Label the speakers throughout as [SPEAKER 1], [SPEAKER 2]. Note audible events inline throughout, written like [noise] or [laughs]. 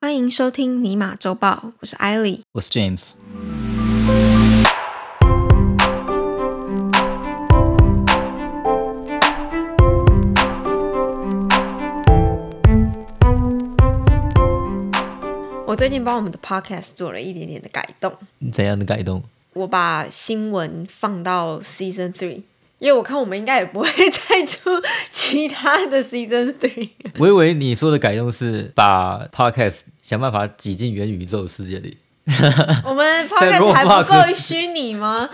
[SPEAKER 1] 欢迎收听尼玛周报，我是艾莉。
[SPEAKER 2] 我是 James。
[SPEAKER 1] 我最近帮我们的 podcast 做了一点点的改动，
[SPEAKER 2] 怎样的改动？
[SPEAKER 1] 我把新闻放到 season three，因为我看我们应该也不会再出其他的 season [laughs] three。
[SPEAKER 2] [laughs] 我以为你说的改动是把 podcast 想办法挤进元宇宙世界里，
[SPEAKER 1] 我们
[SPEAKER 2] 在
[SPEAKER 1] podcast 还
[SPEAKER 2] Roblox
[SPEAKER 1] 不够虚拟吗？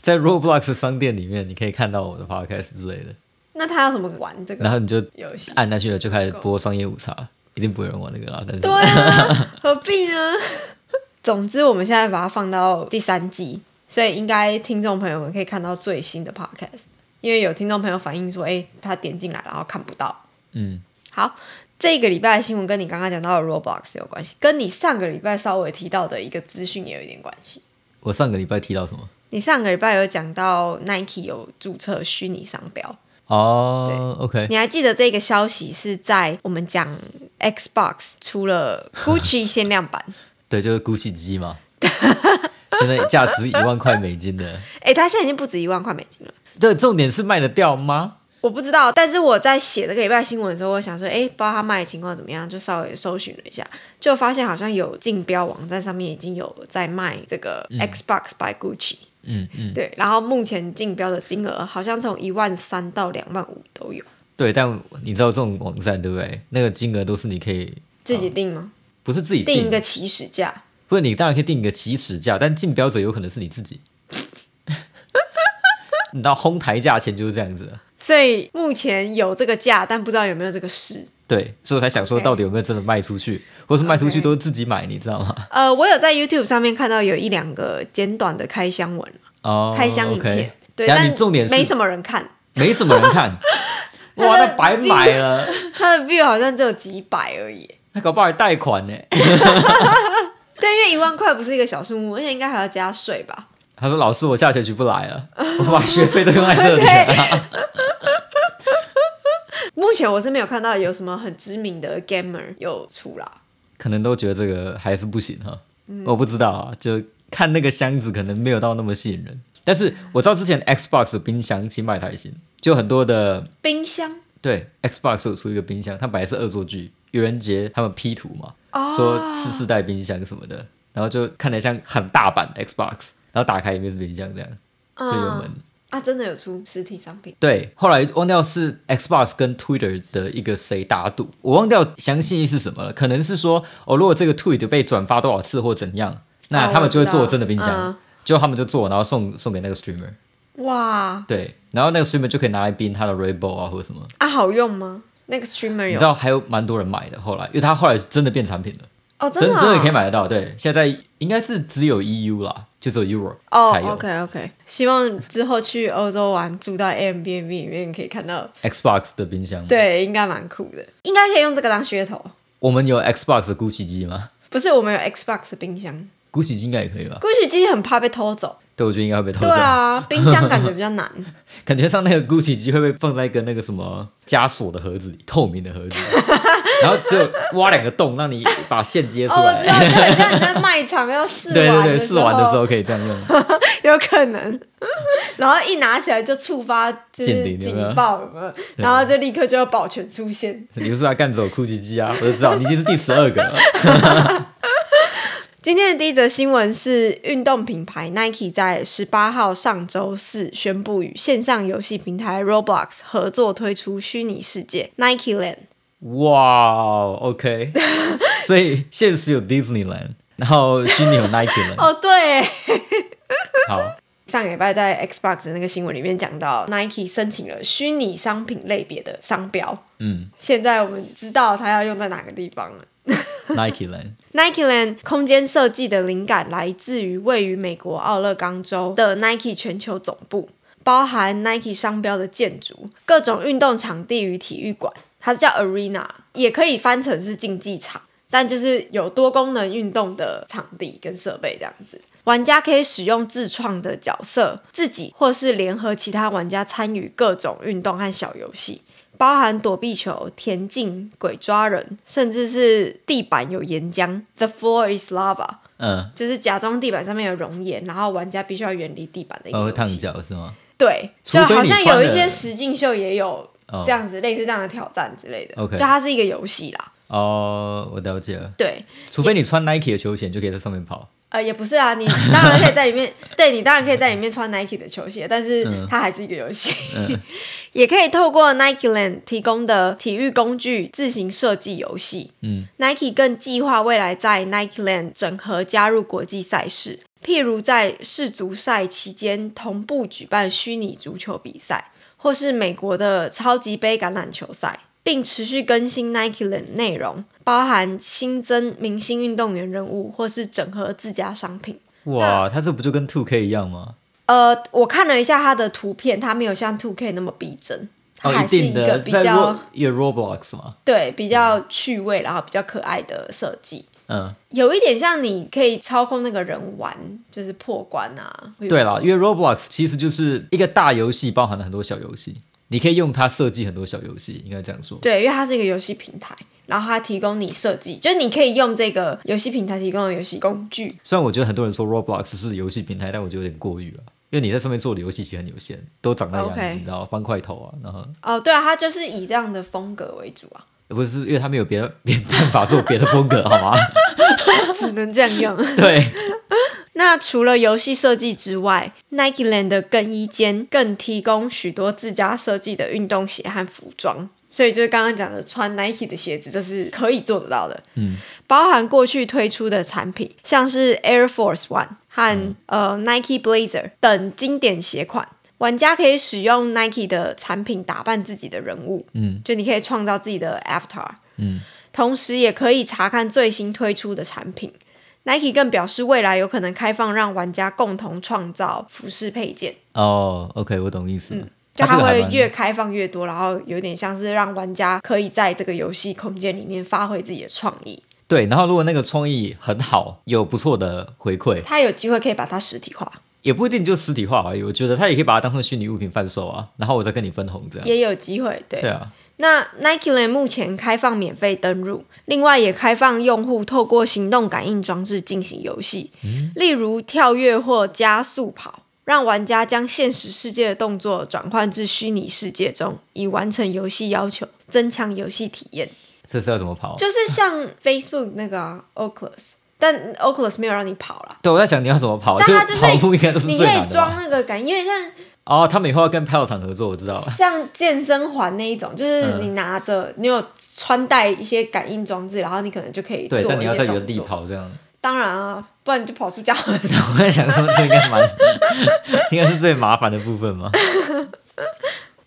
[SPEAKER 2] 在 Roblox 商店里面你可以看到我的 podcast 之类的，
[SPEAKER 1] 那他要怎么玩这
[SPEAKER 2] 然
[SPEAKER 1] 个
[SPEAKER 2] 后你就
[SPEAKER 1] 游戏？
[SPEAKER 2] 按下去了，就开始播商业午茶，一定不会有人玩那个啦。
[SPEAKER 1] [laughs]
[SPEAKER 2] 但
[SPEAKER 1] 对
[SPEAKER 2] 是
[SPEAKER 1] 啊，何必呢？ [laughs] 总之，我们现在把它放到第三季，所以应该听众朋友们可以看到最新的 podcast。因为有听众朋友反映说，哎、他点进来然后看不到。
[SPEAKER 2] 嗯，
[SPEAKER 1] 好，这个礼拜的新闻跟你刚刚讲到的 Roblox 有关系，跟你上个礼拜稍微提到的一个资讯也有一点关系。
[SPEAKER 2] 我上个礼拜提到什么？
[SPEAKER 1] 你上个礼拜有讲到 Nike 有注册虚拟商标，
[SPEAKER 2] 哦、o k
[SPEAKER 1] 你还记得这个消息是在我们讲 Xbox 出了 Gucci 限量版？
[SPEAKER 2] 对，就是鼓起
[SPEAKER 1] [laughs]
[SPEAKER 2] 机嘛，就那价值一万块美金的。
[SPEAKER 1] 哎、它现在已经不止一万块美金了。
[SPEAKER 2] 对，重点是卖得掉吗？
[SPEAKER 1] 我不知道，但是我在写这个礼拜新闻的时候，我想说，哎，不知道他卖的情况怎么样，就稍微搜寻了一下，就发现好像有竞标网站上面已经有在卖这个 Xbox by Gucci，、
[SPEAKER 2] 嗯嗯，
[SPEAKER 1] 对，然后目前竞标的金额好像从一万三到两万五都有，
[SPEAKER 2] 对，但你知道这种网站对不对？那个金额都是你可以，
[SPEAKER 1] 自
[SPEAKER 2] 嗯
[SPEAKER 1] 己定吗？
[SPEAKER 2] 不是自己
[SPEAKER 1] 定
[SPEAKER 2] 定
[SPEAKER 1] 一个起始价，
[SPEAKER 2] 不是你当然可以定一个起始价，但竞标者有可能是你自己。 [laughs] 你知道哄抬价钱就是这样子的，
[SPEAKER 1] 所以目前有这个价，但不知道有没有这个事。
[SPEAKER 2] 对，所以我才想说
[SPEAKER 1] OK
[SPEAKER 2] 到底有没有真的卖出去，或是卖出去
[SPEAKER 1] OK
[SPEAKER 2] 都是自己买，你知道吗？
[SPEAKER 1] 呃，我有在 YouTube 上面看到有一两个简短的开箱文，
[SPEAKER 2] 哦，
[SPEAKER 1] 开箱影
[SPEAKER 2] OK
[SPEAKER 1] 片，对，
[SPEAKER 2] 等下
[SPEAKER 1] 但
[SPEAKER 2] 你重点是
[SPEAKER 1] 没什么人看。
[SPEAKER 2] 没什么人
[SPEAKER 1] [laughs]
[SPEAKER 2] 看，哇，那白买了，
[SPEAKER 1] 它的 view 好像只有几百而已。
[SPEAKER 2] 那搞不好还贷款呢。
[SPEAKER 1] 但因为一万块不是一个小数目，而且应该还要加税吧？
[SPEAKER 2] 他说：“老师，我下学期不来了，我把学费都用在这里了。
[SPEAKER 1] [laughs] 对。目前我是没有看到有什么很知名的 gamer 有出啦。
[SPEAKER 2] 可能都觉得这个还是不行哈。我不知道啊，就看那个箱子，可能没有到那么吸引人。但是我知道之前 Xbox 的冰箱其实卖的还行，就很多的
[SPEAKER 1] 冰箱
[SPEAKER 2] 对 Xbox 有出一个冰箱，它本来是恶作剧，愚人节他们 P 图嘛，
[SPEAKER 1] 哦
[SPEAKER 2] 说次世代冰箱什么的，然后就看起来像很大版 Xbox，然后打开里面是冰箱这样，就有门。
[SPEAKER 1] 嗯啊，真的有出实体商品。
[SPEAKER 2] 对，后来忘掉是 Xbox 跟 Twitter 的一个谁打赌，我忘掉详细是什么了。可能是说，哦，如果这个 tweet 被转发多少次或怎样，那
[SPEAKER 1] 哦
[SPEAKER 2] 他们就会
[SPEAKER 1] 我
[SPEAKER 2] 做
[SPEAKER 1] 知道
[SPEAKER 2] 真的冰箱
[SPEAKER 1] 嗯，
[SPEAKER 2] 就他们就做，然后送送给那个 streamer。
[SPEAKER 1] 哇
[SPEAKER 2] 对，然后那个 streamer 就可以拿来冰他的 r a i n b o w 啊或者什么。
[SPEAKER 1] 啊，好用吗？那个 streamer
[SPEAKER 2] 你
[SPEAKER 1] 有
[SPEAKER 2] 知道还有蛮多人买的，后来因为他后来真的变产品了，
[SPEAKER 1] 哦，
[SPEAKER 2] 真
[SPEAKER 1] 的啊
[SPEAKER 2] 真的可以买得到。对，现在应该是只有 EU 啦，就只有 Euro
[SPEAKER 1] 哦。
[SPEAKER 2] 才有。
[SPEAKER 1] OK OK，希望之后去欧洲玩，住到 Airbnb 里面可以看到，
[SPEAKER 2] Xbox 的冰箱，
[SPEAKER 1] 对，应该蛮酷的，应该可以用这个当噱头。
[SPEAKER 2] 我们有 Xbox 的 Gucci 机吗
[SPEAKER 1] 不是，我们有 Xbox 的冰箱，
[SPEAKER 2] ？Gucci 机应该也可以吧？
[SPEAKER 1] Gucci 机很怕被偷走。
[SPEAKER 2] 对，我觉得应该会被偷
[SPEAKER 1] 对
[SPEAKER 2] 走。
[SPEAKER 1] 啊，
[SPEAKER 2] [laughs]
[SPEAKER 1] 冰箱感觉比较难。
[SPEAKER 2] 感觉上那个 GUCCI 机会被放在一个那个什么枷锁的盒子里， [laughs] 透明的盒子，然后只有挖两个洞，让你把线接出
[SPEAKER 1] 哦，我知道，
[SPEAKER 2] 来。
[SPEAKER 1] 就很像你在卖场要试
[SPEAKER 2] 对对
[SPEAKER 1] 玩
[SPEAKER 2] 对，试玩的时
[SPEAKER 1] 候，
[SPEAKER 2] 候可以这样用。 [laughs]
[SPEAKER 1] 有可能。 [laughs] 然后一拿起来就触发就是
[SPEAKER 2] 警铃有没有
[SPEAKER 1] 警报，有没有？然后就立刻就要保全出现。
[SPEAKER 2] 你不是要干走 GUCCI 机啊？我就知道你已经是第十二个了。
[SPEAKER 1] 今天的第一则新闻是运动品牌 Nike 在十八号上周四宣布与线上游戏平台 Roblox 合作推出虚拟世界 Nike Land。
[SPEAKER 2] 哇、o
[SPEAKER 1] [laughs]
[SPEAKER 2] k 所以现实有 Disneyland，然后虚拟有 Nikeland。
[SPEAKER 1] 哦，对。
[SPEAKER 2] 好，
[SPEAKER 1] 上个礼拜在 Xbox 的那个新闻里面讲到，Nike 申请了虚拟商品类别的商标。
[SPEAKER 2] 嗯
[SPEAKER 1] 现在我们知道它要用在哪个地方了。
[SPEAKER 2] ，Nikeland。
[SPEAKER 1] Nike Land 空间设计的灵感来自于位于美国奥勒冈州的 Nike 全球总部，包含 Nike 商标的建筑、各种运动场地与体育馆，它是叫 Arena，也可以翻成是竞技场，但就是有多功能运动的场地跟设备这样子。玩家可以使用自创的角色，自己或是联合其他玩家参与各种运动和小游戏。包含躲避球、田径、鬼抓人，甚至是地板有岩浆 （The floor is lava），
[SPEAKER 2] 嗯，
[SPEAKER 1] 就是假装地板上面有熔岩，然后玩家必须要远离地板的一个
[SPEAKER 2] 哦，会
[SPEAKER 1] 游
[SPEAKER 2] 烫
[SPEAKER 1] 戏。
[SPEAKER 2] 脚是吗
[SPEAKER 1] 对，
[SPEAKER 2] 除
[SPEAKER 1] 就
[SPEAKER 2] 非
[SPEAKER 1] 好
[SPEAKER 2] 你
[SPEAKER 1] 像
[SPEAKER 2] 穿
[SPEAKER 1] 有一
[SPEAKER 2] 了
[SPEAKER 1] 些实境秀也有
[SPEAKER 2] 哦
[SPEAKER 1] 这样子、类似这样的挑战之类的。
[SPEAKER 2] OK
[SPEAKER 1] 就它是一个游戏啦。
[SPEAKER 2] 哦，我了解了。
[SPEAKER 1] 对，
[SPEAKER 2] 除非你穿 Nike 的球鞋，你就可以在上面跑。
[SPEAKER 1] 呃，也不是啊，你当然可以在里面，对你当然可以在里面穿 Nike 的球鞋，但是它还是一个游戏。也可以透过 Nike Land 提供的体育工具自行设计游戏。
[SPEAKER 2] 嗯
[SPEAKER 1] ，Nike 更计划未来在 Nike Land 整合加入国际赛事，譬如在世足赛期间同步举办虚拟足球比赛，或是美国的超级杯橄榄球赛，并持续更新 Nike Land 内容，包含新增明星运动员人物，或是整合自家商品。
[SPEAKER 2] 哇，它这不就跟 Two K 一样吗？
[SPEAKER 1] 呃，我看了一下它的图片，它没有像 Two K 那么逼真，它
[SPEAKER 2] 哦，
[SPEAKER 1] 还
[SPEAKER 2] 一
[SPEAKER 1] 是一
[SPEAKER 2] 定
[SPEAKER 1] 个
[SPEAKER 2] 的，
[SPEAKER 1] 比
[SPEAKER 2] 在
[SPEAKER 1] 较、
[SPEAKER 2] Ro 有 Roblox 嘛？
[SPEAKER 1] 对比较趣味，然后比较可爱的设计，
[SPEAKER 2] 嗯，
[SPEAKER 1] 有一点像你可以操控那个人玩，就是破关啊。会有
[SPEAKER 2] 对了，因为 Roblox 其实就是一个大游戏，包含了很多小游戏，你可以用它设计很多小游戏，应该这样说。
[SPEAKER 1] 对，因为它是一个游戏平台，然后它提供你设计，就是你可以用这个游戏平台提供的游戏工具。
[SPEAKER 2] 虽然我觉得很多人说 Roblox 是游戏平台，但我觉得有点过誉了、因为你在上面做的游戏其实很有限，都长那样子
[SPEAKER 1] 哦 OK
[SPEAKER 2] 你知道吗方块头啊，然后
[SPEAKER 1] 哦，对啊，它就是以这样的风格为主啊， [laughs]
[SPEAKER 2] 不是因为他没有别的别办法做别的风格，好
[SPEAKER 1] [laughs]
[SPEAKER 2] 吗？
[SPEAKER 1] 只能这样用。
[SPEAKER 2] 对，
[SPEAKER 1] 那除了游戏设计之外，Nike Land 的更衣间更提供许多自家设计的运动鞋和服装。所以就是刚刚讲的，穿 Nike 的鞋子，这是可以做得到的。嗯，包含过去推出的产品，像是 Air Force One 和、呃 Nike Blazer 等经典鞋款，玩家可以使用 Nike 的产品打扮自己的人物。嗯，就你可以创造自己的 avatar。
[SPEAKER 2] 嗯，
[SPEAKER 1] 同时也可以查看最新推出的产品。Nike 更表示，未来有可能开放让玩家共同创造服饰配件，
[SPEAKER 2] 哦、o k 我懂意思了。
[SPEAKER 1] 嗯就
[SPEAKER 2] 它
[SPEAKER 1] 它
[SPEAKER 2] 这个还
[SPEAKER 1] 会
[SPEAKER 2] 蛮
[SPEAKER 1] 越开放越多，然后有点像是让玩家可以在这个游戏空间里面发挥自己的创意。
[SPEAKER 2] 对，然后如果那个创意很好，有不错的回馈，
[SPEAKER 1] 它有机会可以把它实体化，
[SPEAKER 2] 也不一定就实体化而已。我觉得它也可以把它当成虚拟物品贩售啊，然后我再跟你分红这样。
[SPEAKER 1] 也有机会对。
[SPEAKER 2] 嗯对啊，
[SPEAKER 1] 那 Nike Land 目前开放免费登入，另外也开放用户透过行动感应装置进行游戏，
[SPEAKER 2] 嗯
[SPEAKER 1] 例如跳跃或加速跑，让玩家将现实世界的动作转换至虚拟世界中，以完成游戏要求，增强游戏体验。
[SPEAKER 2] 这是要怎么跑？啊
[SPEAKER 1] 就是像 Facebook 那个、啊、Oculus，但 Oculus 没有让你跑啦。
[SPEAKER 2] 对，我在想你要怎么跑，
[SPEAKER 1] 但它就是
[SPEAKER 2] 哦跑步应该都是
[SPEAKER 1] 你
[SPEAKER 2] 最
[SPEAKER 1] 可
[SPEAKER 2] 难
[SPEAKER 1] 以
[SPEAKER 2] 的
[SPEAKER 1] 装
[SPEAKER 2] 吧。
[SPEAKER 1] 那个感应，因为像
[SPEAKER 2] 哦，他们以后要跟 Peloton 合作，我知道了。
[SPEAKER 1] 像健身环那一种，就是
[SPEAKER 2] 嗯
[SPEAKER 1] 你拿着，你有穿戴一些感应装置，然后你可能就可以做
[SPEAKER 2] 对，但你要
[SPEAKER 1] 一些
[SPEAKER 2] 在
[SPEAKER 1] 动
[SPEAKER 2] 原地
[SPEAKER 1] 作。
[SPEAKER 2] 跑这样。
[SPEAKER 1] 当然啊，不然你就跑出家
[SPEAKER 2] [laughs]
[SPEAKER 1] 门。
[SPEAKER 2] 我在想说，这应该蛮， [laughs] 应该是最麻烦的部分吗？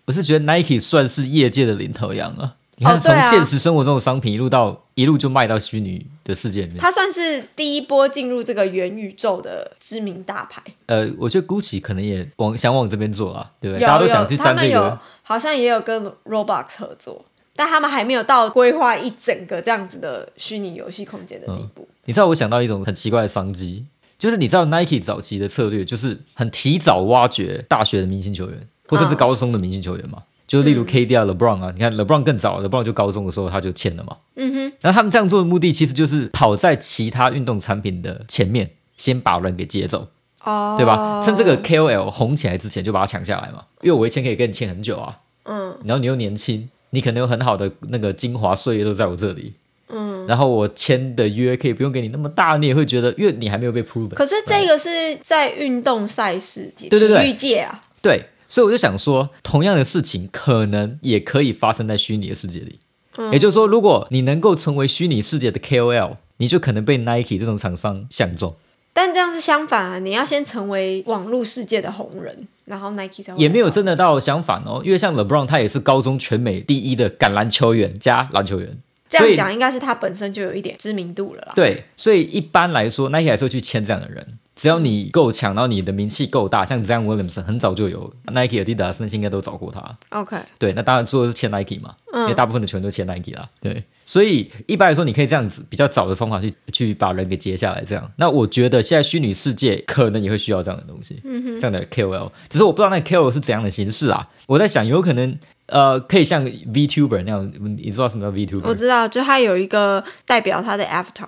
[SPEAKER 2] 我是觉得 Nike 算是业界的领头羊啊。你看，
[SPEAKER 1] 哦对啊
[SPEAKER 2] 从现实生活中的商品一路到一路就卖到虚拟的世界里面。
[SPEAKER 1] 它算是第一波进入这个元宇宙的知名大牌，
[SPEAKER 2] 呃，我觉得 Gucci 可能也往想往这边做啊，对不
[SPEAKER 1] 有
[SPEAKER 2] 对？大家都想
[SPEAKER 1] 有
[SPEAKER 2] 去
[SPEAKER 1] 他
[SPEAKER 2] 沾
[SPEAKER 1] 们
[SPEAKER 2] 这
[SPEAKER 1] 有
[SPEAKER 2] 个。
[SPEAKER 1] 好像也有跟 Roblox 合作，但他们还没有到规划一整个这样子的虚拟游戏空间的地步。
[SPEAKER 2] 你知道我想到一种很奇怪的商机，就是你知道 Nike 早期的策略就是很提早挖掘大学的明星球员，或甚
[SPEAKER 1] 嗯
[SPEAKER 2] 至高中的明星球员嘛。就例如 KD 啊、LeBron 啊，你看 LeBron 更早，LeBron 就高中的时候他就签了嘛。
[SPEAKER 1] 嗯哼，
[SPEAKER 2] 然后他们这样做的目的其实就是跑在其他运动产品的前面，先把人给接走，
[SPEAKER 1] 哦，
[SPEAKER 2] 嗯对吧？趁这个 KOL 红起来之前就把它抢下来嘛，因为我一签可以跟你签很久啊，
[SPEAKER 1] 嗯
[SPEAKER 2] 然后你又年轻，你可能有很好的那个精华岁月都在我这里。嗯，然后我签的约可以不用给你那么大，你也会觉得，因为你还没有被 proven。
[SPEAKER 1] 可是这个是在运动赛事、对
[SPEAKER 2] 对对对
[SPEAKER 1] 体育界啊，
[SPEAKER 2] 对，所以我就想说，同样的事情可能也可以发生在虚拟的世界里。
[SPEAKER 1] 嗯
[SPEAKER 2] 也就是说，如果你能够成为虚拟世界的 KOL，你就可能被 Nike 这种厂商相中。
[SPEAKER 1] 但这样是相反啊，你要先成为网络世界的红人，然后 Nike 才会
[SPEAKER 2] 也没有
[SPEAKER 1] 来找
[SPEAKER 2] 真的到相反哦，因为像 LeBron 他也是高中全美第一的橄榄球员加篮球员，
[SPEAKER 1] 这
[SPEAKER 2] 所
[SPEAKER 1] 样
[SPEAKER 2] 以
[SPEAKER 1] 讲，应该是他本身就有一点知名度了啦。
[SPEAKER 2] 对，所以一般来说 Nike 还是会去签这样的人。只要你够强，然后你的名气够大，像 Zion Williamson 很早就有 Nike、Adidas 甚至应该都找过他。
[SPEAKER 1] OK，
[SPEAKER 2] 对，那当然做的是签 Nike 嘛，因为大部分的球员都签 Nike 啦。对，所以一般来说，你可以这样子比较早的方法去去把人给接下来，这样。那我觉得现在虚拟世界可能也会需要这样的东西，这样的 KOL。只是我不知道那个 KOL 是怎样的形式啊。我在想，有可能呃，可以像 VTuber 那样，你知道什么叫 VTuber？
[SPEAKER 1] 我知道，就它有一个代表它的 avatar。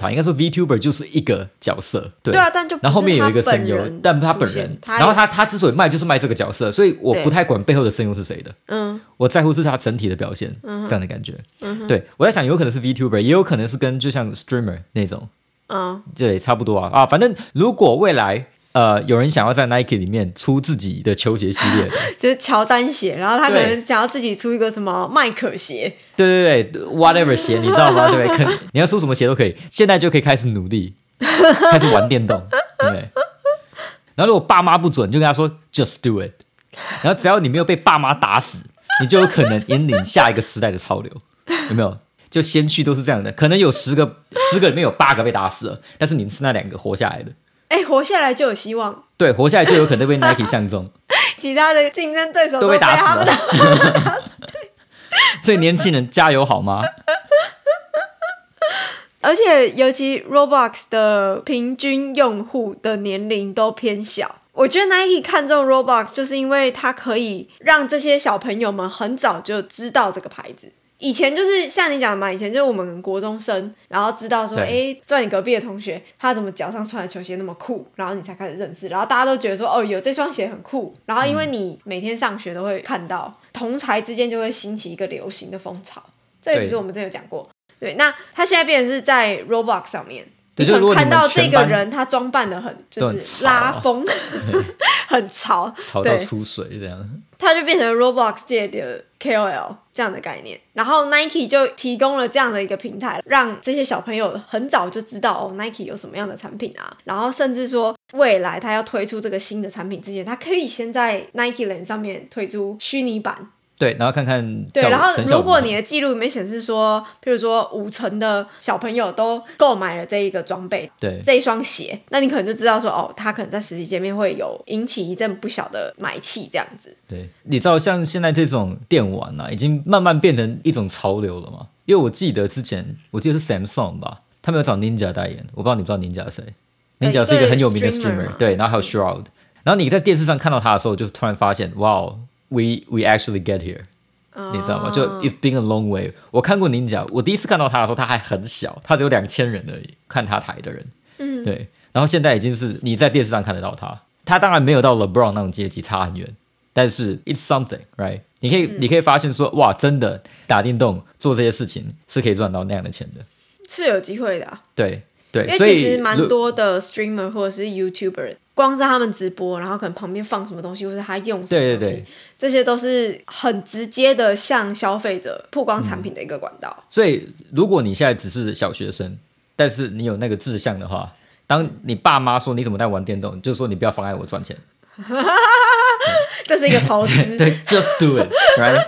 [SPEAKER 2] 他应该说 VTuber 就是一个角色，对
[SPEAKER 1] 对啊但就不是
[SPEAKER 2] 然后后面有一个声优
[SPEAKER 1] 他本人，
[SPEAKER 2] 但不是他本
[SPEAKER 1] 出
[SPEAKER 2] 人
[SPEAKER 1] 现，他
[SPEAKER 2] 然后他他之所以卖就是卖这个角色，所以我
[SPEAKER 1] 对
[SPEAKER 2] 不太管背后的声优是谁的，
[SPEAKER 1] 嗯，
[SPEAKER 2] 我在乎是他整体的表现，这样的感觉。对我在想，有可能是 VTuber，也有可能是跟就像 Streamer 那种，
[SPEAKER 1] 嗯，
[SPEAKER 2] 对，差不多啊啊，反正如果未来。呃，有人想要在 Nike 里面出自己的球鞋系列的，
[SPEAKER 1] 就是乔丹鞋，然后他可
[SPEAKER 2] 对
[SPEAKER 1] 能想要自己出一个什么迈克鞋，
[SPEAKER 2] 对对对，whatever 鞋，你知道吗？对不对？可你要出什么鞋都可以，现在就可以开始
[SPEAKER 1] [laughs]
[SPEAKER 2] 努力，开始玩电动，对不对？然后如果爸妈不准，就跟他说 just do it。然后只要你没有被爸妈打死，你就有可能引领下一个时代的潮流，有没有？就先驱都是这样的，可能有十个十个里面有八个被打死了，但是你是那两个活下来的，
[SPEAKER 1] 哎，活下来就有希望。
[SPEAKER 2] 对，活下来就有可能被 Nike 相中。
[SPEAKER 1] 其他的竞争对手
[SPEAKER 2] 都被
[SPEAKER 1] 被
[SPEAKER 2] 打死
[SPEAKER 1] 他们
[SPEAKER 2] 了。
[SPEAKER 1] [laughs]
[SPEAKER 2] 所以年轻人加油好吗？
[SPEAKER 1] 而且尤其 Roblox 的平均用户的年龄都偏小。我觉得 Nike 看中 Roblox 就是因为它可以让这些小朋友们很早就知道这个牌子。以前就是像你讲的嘛，以前就是我们国中生，然后知道说，
[SPEAKER 2] 对
[SPEAKER 1] 哎，坐你隔壁的同学，他怎么脚上穿的球鞋那么酷，然后你才开始认识，然后大家都觉得说，哦，有这双鞋很酷，然后因为你每天上学都会看到，同才之间就会兴起一个流行的风潮。这个其实
[SPEAKER 2] 对
[SPEAKER 1] 我们之前有讲过，对，那他现在变成是在 Roblox 上面，你可
[SPEAKER 2] 对就是如
[SPEAKER 1] 能
[SPEAKER 2] 果你
[SPEAKER 1] 看
[SPEAKER 2] 们
[SPEAKER 1] 到
[SPEAKER 2] 全
[SPEAKER 1] 这个
[SPEAKER 2] 班
[SPEAKER 1] 人他装扮的很
[SPEAKER 2] 都
[SPEAKER 1] 就
[SPEAKER 2] 很
[SPEAKER 1] 是
[SPEAKER 2] 潮啊
[SPEAKER 1] 拉风， [laughs] 很潮，
[SPEAKER 2] 潮到
[SPEAKER 1] 对，
[SPEAKER 2] 出水这样，
[SPEAKER 1] 他就变成 Roblox 界的 KOL 这样的概念。然后 Nike 就提供了这样的一个平台，让这些小朋友很早就知道哦 Nike 有什么样的产品啊，然后甚至说未来他要推出这个新的产品之前，他可以先在 Nike Land 上面推出虚拟版，
[SPEAKER 2] 对，然后看看
[SPEAKER 1] 对，
[SPEAKER 2] 效果
[SPEAKER 1] 然后
[SPEAKER 2] 成效
[SPEAKER 1] 如果
[SPEAKER 2] 如何
[SPEAKER 1] 你的记录里面显示说，譬如说五成的小朋友都购买了这一个装备，
[SPEAKER 2] 对
[SPEAKER 1] 这一双鞋，那你可能就知道说，哦，他可能在实体界面会有引起一阵不小的买气这样子。
[SPEAKER 2] 对，你知道像现在这种电玩啊，已经慢慢变成一种潮流了嘛？因为我记得之前，我记得是 Samsung 吧，他们有找 Ninja 代言，我不知道你不知道 Ninja 是谁
[SPEAKER 1] 对
[SPEAKER 2] ？Ninja 是一个很有名的
[SPEAKER 1] 就是 streamer
[SPEAKER 2] streamer，
[SPEAKER 1] 嘛
[SPEAKER 2] 对，然后还有 Shroud，然后你在电视上看到他的时候，就突然发现，哇哦，we we actually get here。你知道吗？就 It's been a long way。我看过 Ninja，我第一次看到他的时候，他还很小，他只有两千人而已，看他台的人。嗯，对。然后现在已经是你在电视上看得到他，他当然没有到 LeBron 那种阶级差很远，但是 It's something，right？你可以、
[SPEAKER 1] 嗯
[SPEAKER 2] 你可以发现说，哇，真的打电动做这些事情是可以赚到那样的钱的。
[SPEAKER 1] 是有机会的啊、
[SPEAKER 2] 对对，
[SPEAKER 1] 因为
[SPEAKER 2] 所
[SPEAKER 1] 其
[SPEAKER 2] 以
[SPEAKER 1] 实蛮
[SPEAKER 2] 如
[SPEAKER 1] 多的 streamer 或者是 YouTuber，光是他们直播，然后可能旁边放什么东西，或者他用什么东西，
[SPEAKER 2] 对对对
[SPEAKER 1] 这些都是很直接的向消费者曝光
[SPEAKER 2] 嗯
[SPEAKER 1] 产品的一个管道。
[SPEAKER 2] 所以，如果你现在只是小学生，但是你有那个志向的话，当你爸妈说你怎么在玩电动，你就说你不要妨碍我赚钱。
[SPEAKER 1] 这是一个投资，
[SPEAKER 2] 对，just do it，right？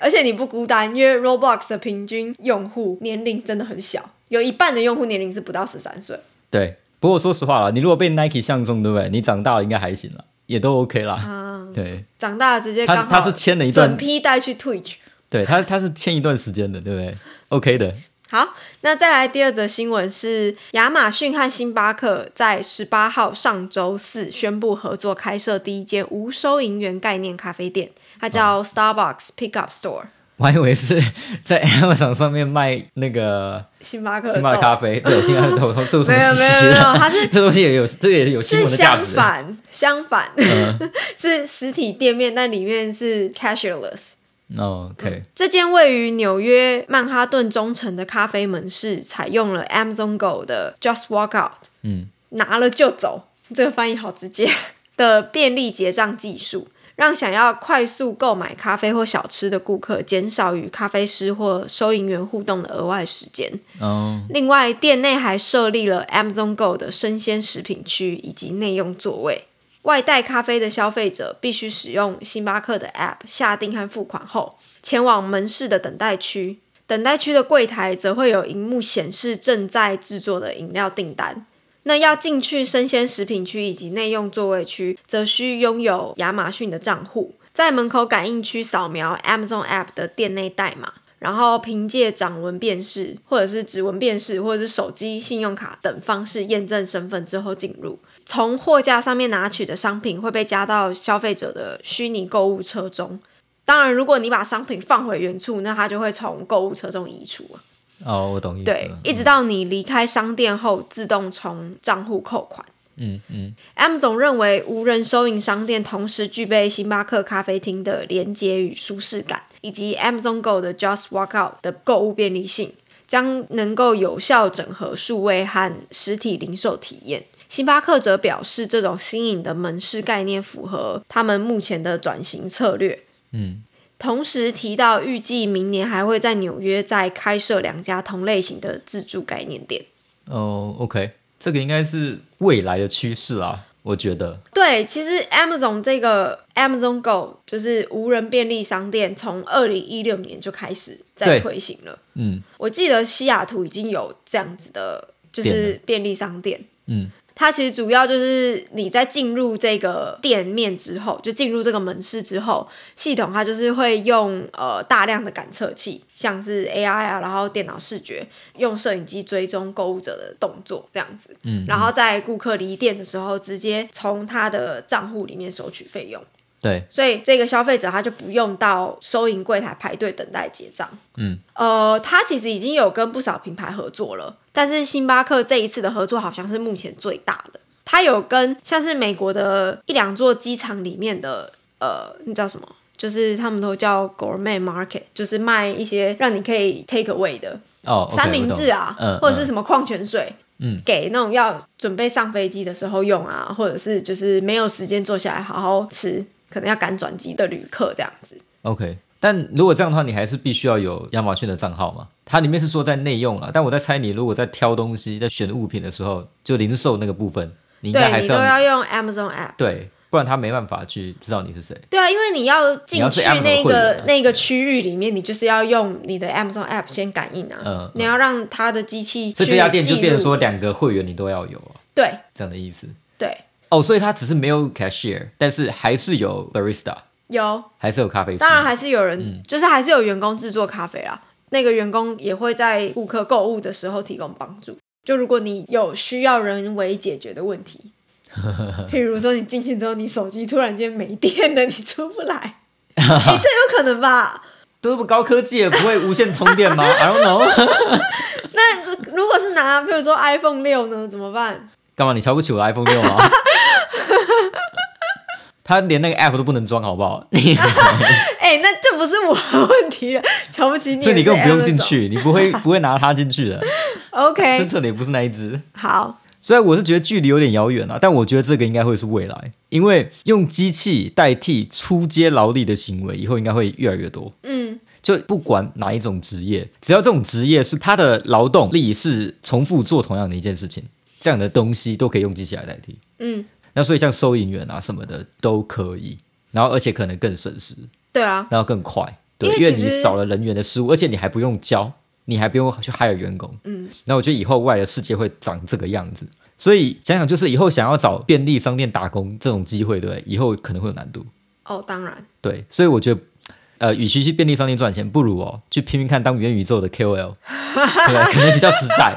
[SPEAKER 1] 而且你不孤单，因为 Roblox 的平均用户年龄真的很小，有一半的用户年龄是不到十三岁。
[SPEAKER 2] 对。不过说实话了，你如果被 Nike 相中，对不对？你长大了应该还行了，也都 OK 啦。
[SPEAKER 1] 啊
[SPEAKER 2] 对，
[SPEAKER 1] 长大了直接
[SPEAKER 2] 他
[SPEAKER 1] 刚好
[SPEAKER 2] 他是签了一段
[SPEAKER 1] 整批带去 Twitch。
[SPEAKER 2] 对他他是签一段时间的，对不对？OK 的，
[SPEAKER 1] 好，那再来第二则新闻是亚马逊和星巴克在十八号上周四宣布合作开设第一间无收银员概念咖啡店，它叫 Starbucks Pickup Store。
[SPEAKER 2] 我还以为是在 Amazon 上面卖那个
[SPEAKER 1] 星巴克的
[SPEAKER 2] 星巴克
[SPEAKER 1] 豆
[SPEAKER 2] 咖啡，对，星巴克豆，这有什么
[SPEAKER 1] 没有
[SPEAKER 2] 稀 [laughs] 奇
[SPEAKER 1] 没有
[SPEAKER 2] 的？
[SPEAKER 1] 没有它是
[SPEAKER 2] 这东西也有，这也有新
[SPEAKER 1] 是
[SPEAKER 2] 闻的价
[SPEAKER 1] 相
[SPEAKER 2] 值。嗯
[SPEAKER 1] 反，相反、 [laughs] 是实体店面，但里面是 cashierless。
[SPEAKER 2] 哦 OK，
[SPEAKER 1] 这间位于纽约曼哈顿中城的咖啡门市采用了 Amazon Go 的 Just Walk Out，
[SPEAKER 2] 嗯，
[SPEAKER 1] 拿了就走，这个翻译好直接 [laughs] 的便利结账技术，让想要快速购买咖啡或小吃的顾客减少与咖啡师或收银员互动的额外时间。
[SPEAKER 2] 哦，
[SPEAKER 1] 另外，店内还设立了 Amazon Go 的生鲜食品区以及内用座位。外带咖啡的消费者必须使用星巴克的 App 下订和付款后，前往门市的等待区。等待区的柜台则会有荧幕显示正在制作的饮料订单。那要进去生鲜食品区以及内用座位区，则需拥有亚马逊的账户，在门口感应区扫描 Amazon App 的店内代码，然后凭借掌纹辨识或者是指纹辨识或者是手机信用卡等方式验证身份之后进入。从货架上面拿取的商品会被加到消费者的虚拟购物车中。当然，如果你把商品放回原处，那它就会从购物车中移除啊。
[SPEAKER 2] 哦，我懂意思
[SPEAKER 1] 对
[SPEAKER 2] 了。，
[SPEAKER 1] 一直到你离开商店后，自动从账户扣款。
[SPEAKER 2] 嗯嗯，
[SPEAKER 1] Amazon 认为无人收银商店同时具备星巴克咖啡厅的连接与舒适感，以及 Amazon Go 的 Just Walk Out 的购物便利性，将能够有效整合数位和实体零售体验。星巴克则表示，这种新颖的门市概念符合他们目前的转型策略。
[SPEAKER 2] 嗯，
[SPEAKER 1] 同时提到，预计明年还会在纽约再开设两家同类型的自助概念店。
[SPEAKER 2] 哦，OK，这个应该是未来的趋势啊，我觉得。
[SPEAKER 1] 对，其实 Amazon 这个 Amazon Go 就是无人便利商店，从二零一六年就开始在
[SPEAKER 2] 对
[SPEAKER 1] 推行了。
[SPEAKER 2] 嗯
[SPEAKER 1] 我记得西雅图已经有这样子的，就是便利商店。
[SPEAKER 2] 嗯
[SPEAKER 1] 它其实主要就是你在进入这个店面之后，就进入这个门市之后，系统它就是会用呃大量的感测器，像是 AI 啊，然后电脑视觉，用摄影机追踪购物者的动作这样子，
[SPEAKER 2] 嗯，
[SPEAKER 1] 然后在顾客离店的时候，直接从他的账户里面收取费用，
[SPEAKER 2] 对，
[SPEAKER 1] 所以这个消费者他就不用到收银柜台排队等待结账。
[SPEAKER 2] 嗯，
[SPEAKER 1] 呃，他其实已经有跟不少品牌合作了，但是星巴克这一次的合作好像是目前最大的。他有跟像是美国的一两座机场里面的呃，那叫什么？就是他们都叫 gourmet market，就是卖一些让你可以 take away 的
[SPEAKER 2] 哦，OK，
[SPEAKER 1] 三明治啊
[SPEAKER 2] 我懂嗯，
[SPEAKER 1] 或者是
[SPEAKER 2] 嗯
[SPEAKER 1] 什么矿泉水，
[SPEAKER 2] 嗯，
[SPEAKER 1] 给那种要准备上飞机的时候用啊，或者是就是没有时间坐下来好好吃，可能要赶转机的旅客这样子。
[SPEAKER 2] OK。但如果这样的话，你还是必须要有亚马逊的账号嘛？它里面是说在内用了，但我在猜你如果在挑东西、在选物品的时候，就零售那个部分，你应该还
[SPEAKER 1] 对你
[SPEAKER 2] 是
[SPEAKER 1] 都
[SPEAKER 2] 要
[SPEAKER 1] 要用 Amazon app。
[SPEAKER 2] 对，不然他没办法去知道你是谁。
[SPEAKER 1] 对啊，因为你要
[SPEAKER 2] 你
[SPEAKER 1] 进
[SPEAKER 2] 要
[SPEAKER 1] 去
[SPEAKER 2] 是 Amazon
[SPEAKER 1] 那
[SPEAKER 2] 会员
[SPEAKER 1] 个
[SPEAKER 2] 啊
[SPEAKER 1] 那个区域里面，你就是要用你的 Amazon app 先感应啊，
[SPEAKER 2] 嗯嗯
[SPEAKER 1] 你要让它的机器
[SPEAKER 2] 所
[SPEAKER 1] 去
[SPEAKER 2] 以这家店就变
[SPEAKER 1] 记
[SPEAKER 2] 成
[SPEAKER 1] 录
[SPEAKER 2] 说两个会员你都要有啊，
[SPEAKER 1] 对
[SPEAKER 2] 这样的意思。
[SPEAKER 1] 对
[SPEAKER 2] 哦，所以它只是没有 cashier，但是还是有 barista，
[SPEAKER 1] 有，
[SPEAKER 2] 还是有嗯咖啡师。
[SPEAKER 1] 当然还是有人，就是还是有员工制作咖啡啦。那个员工也会在顾客购物的时候提供帮助。就如果你有需要人为解决的问
[SPEAKER 2] [laughs]
[SPEAKER 1] 题，譬如说你进去之后，你手机突然间没电了，你出
[SPEAKER 2] [laughs]
[SPEAKER 1] 不来，哎、这有可能吧？
[SPEAKER 2] 都这么高科技了，不会无线充电吗 [laughs] ？I don't know。
[SPEAKER 1] 那如果是拿，譬如说 iPhone 六呢，怎么办？
[SPEAKER 2] 干嘛？你瞧不起我的 iPhone 六吗？ [laughs] 它连那个 app 都不能装，好不好？ [laughs] 你
[SPEAKER 1] 哎、那这不是我的问题了，瞧不起你，
[SPEAKER 2] 所以你根本不用进
[SPEAKER 1] 是 Amazon。
[SPEAKER 2] 去，你不会不会拿它进去 [laughs] 的。侦
[SPEAKER 1] 哦 OK，
[SPEAKER 2] 测的也不是那一只。
[SPEAKER 1] 好，
[SPEAKER 2] 虽然我是觉得距离有点遥远啊，但我觉得这个应该会是未来，因为用机器代替出街劳力的行为，以后应该会越来越多。
[SPEAKER 1] 嗯，
[SPEAKER 2] 就不管哪一种职业，只要这种职业是它的劳动力是重复做同样的一件事情，这样的东西都可以用机器来代替。
[SPEAKER 1] 嗯，
[SPEAKER 2] 那所以像收银员啊什么的都可以，然后而且可能更省时，
[SPEAKER 1] 对啊，
[SPEAKER 2] 然后更快，对，
[SPEAKER 1] 因为
[SPEAKER 2] 因为
[SPEAKER 1] 其
[SPEAKER 2] 你
[SPEAKER 1] 实
[SPEAKER 2] 少了人员的失误，而且你还不用教，你还不用去 hire 员工。嗯，那我觉得以后未来的世界会长这个样子。所以想想，就是以后想要找便利商店打工这种机会，对不对？以后可能会有难度。
[SPEAKER 1] 哦，当然，
[SPEAKER 2] 对，所以我觉得，呃，与其去便利商店赚钱，不如哦去拼拼看当元宇宙的
[SPEAKER 1] [laughs]
[SPEAKER 2] KOL，对，可能比较实在，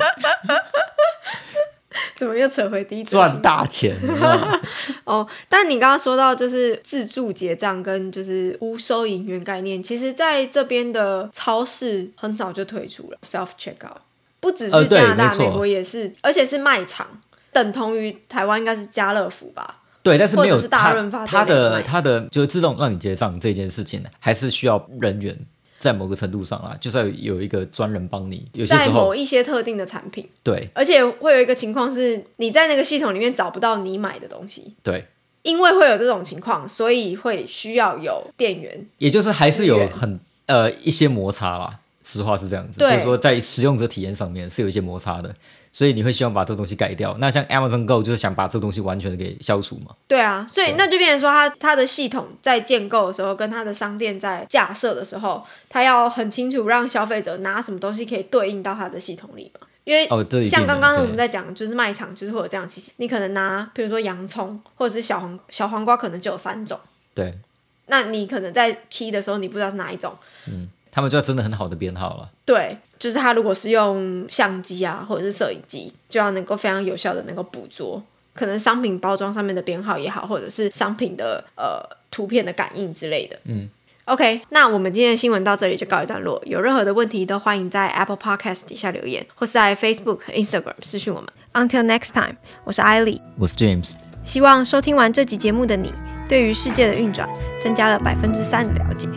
[SPEAKER 1] 怎么又扯回第一则新
[SPEAKER 2] 赚
[SPEAKER 1] 闻
[SPEAKER 2] 大钱。你知道吗
[SPEAKER 1] 哦，但你刚刚说到就是自助结账跟就是无收银员概念，其实在这边的超市很早就推出了 self checkout，不只
[SPEAKER 2] 呃
[SPEAKER 1] 是
[SPEAKER 2] 对
[SPEAKER 1] 加拿大、
[SPEAKER 2] 没错
[SPEAKER 1] 美国也是，而且是卖场，等同于台湾应该是家乐福吧？
[SPEAKER 2] 对，但是没有
[SPEAKER 1] 或者是大
[SPEAKER 2] 它
[SPEAKER 1] 润发
[SPEAKER 2] 它
[SPEAKER 1] 这类的卖
[SPEAKER 2] 的它的就是自动让你结账这件事情，还是需要人员在某个程度上啊，就是要有一个专人帮你。有些
[SPEAKER 1] 在
[SPEAKER 2] 时候
[SPEAKER 1] 某，一些特定的产品，
[SPEAKER 2] 对
[SPEAKER 1] 而且会有一个情况是，你在那个系统里面找不到你买的东西，
[SPEAKER 2] 对，
[SPEAKER 1] 因为会有这种情况，所以会需要有店员。
[SPEAKER 2] 也就是还是有
[SPEAKER 1] 人
[SPEAKER 2] 很呃一些摩擦啦。实话是这样子，就
[SPEAKER 1] 对
[SPEAKER 2] 是说在使用者体验上面是有一些摩擦的，所以你会希望把这个东西改掉。那像 Amazon Go 就是想把这个东西完全给消除嘛。
[SPEAKER 1] 对啊，所以那就变成说它，它的系统在建构的时候，跟它的商店在架设的时候，它要很清楚让消费者拿什么东西可以对应到它的系统里嘛。因为
[SPEAKER 2] 哦这一定的
[SPEAKER 1] 像刚刚
[SPEAKER 2] 对
[SPEAKER 1] 我们在讲，就是卖场就是会有这样的情形，你可能拿比如说洋葱或者是小黄小黄瓜，可能就有三种，
[SPEAKER 2] 对，
[SPEAKER 1] 那你可能在 key 的时候你不知道是哪一种，
[SPEAKER 2] 他们就要真的很好的编号了。
[SPEAKER 1] 对，就是它如果是用相机啊或者是摄影机，就要能够非常有效的能够捕捉。可能商品包装上面的编号也好，或者是商品的呃图片的感应之类的。嗯，OK，那我们今天的新闻到这里就告一段落。有任何的问题都欢迎在 Apple Podcast 底下留言，或是在 Facebook、Instagram 私讯我们。Until next time，我是艾莉。
[SPEAKER 2] 我是 James。
[SPEAKER 1] 希望收听完这集节目的你，对于世界的运转增加了百分之三的了解。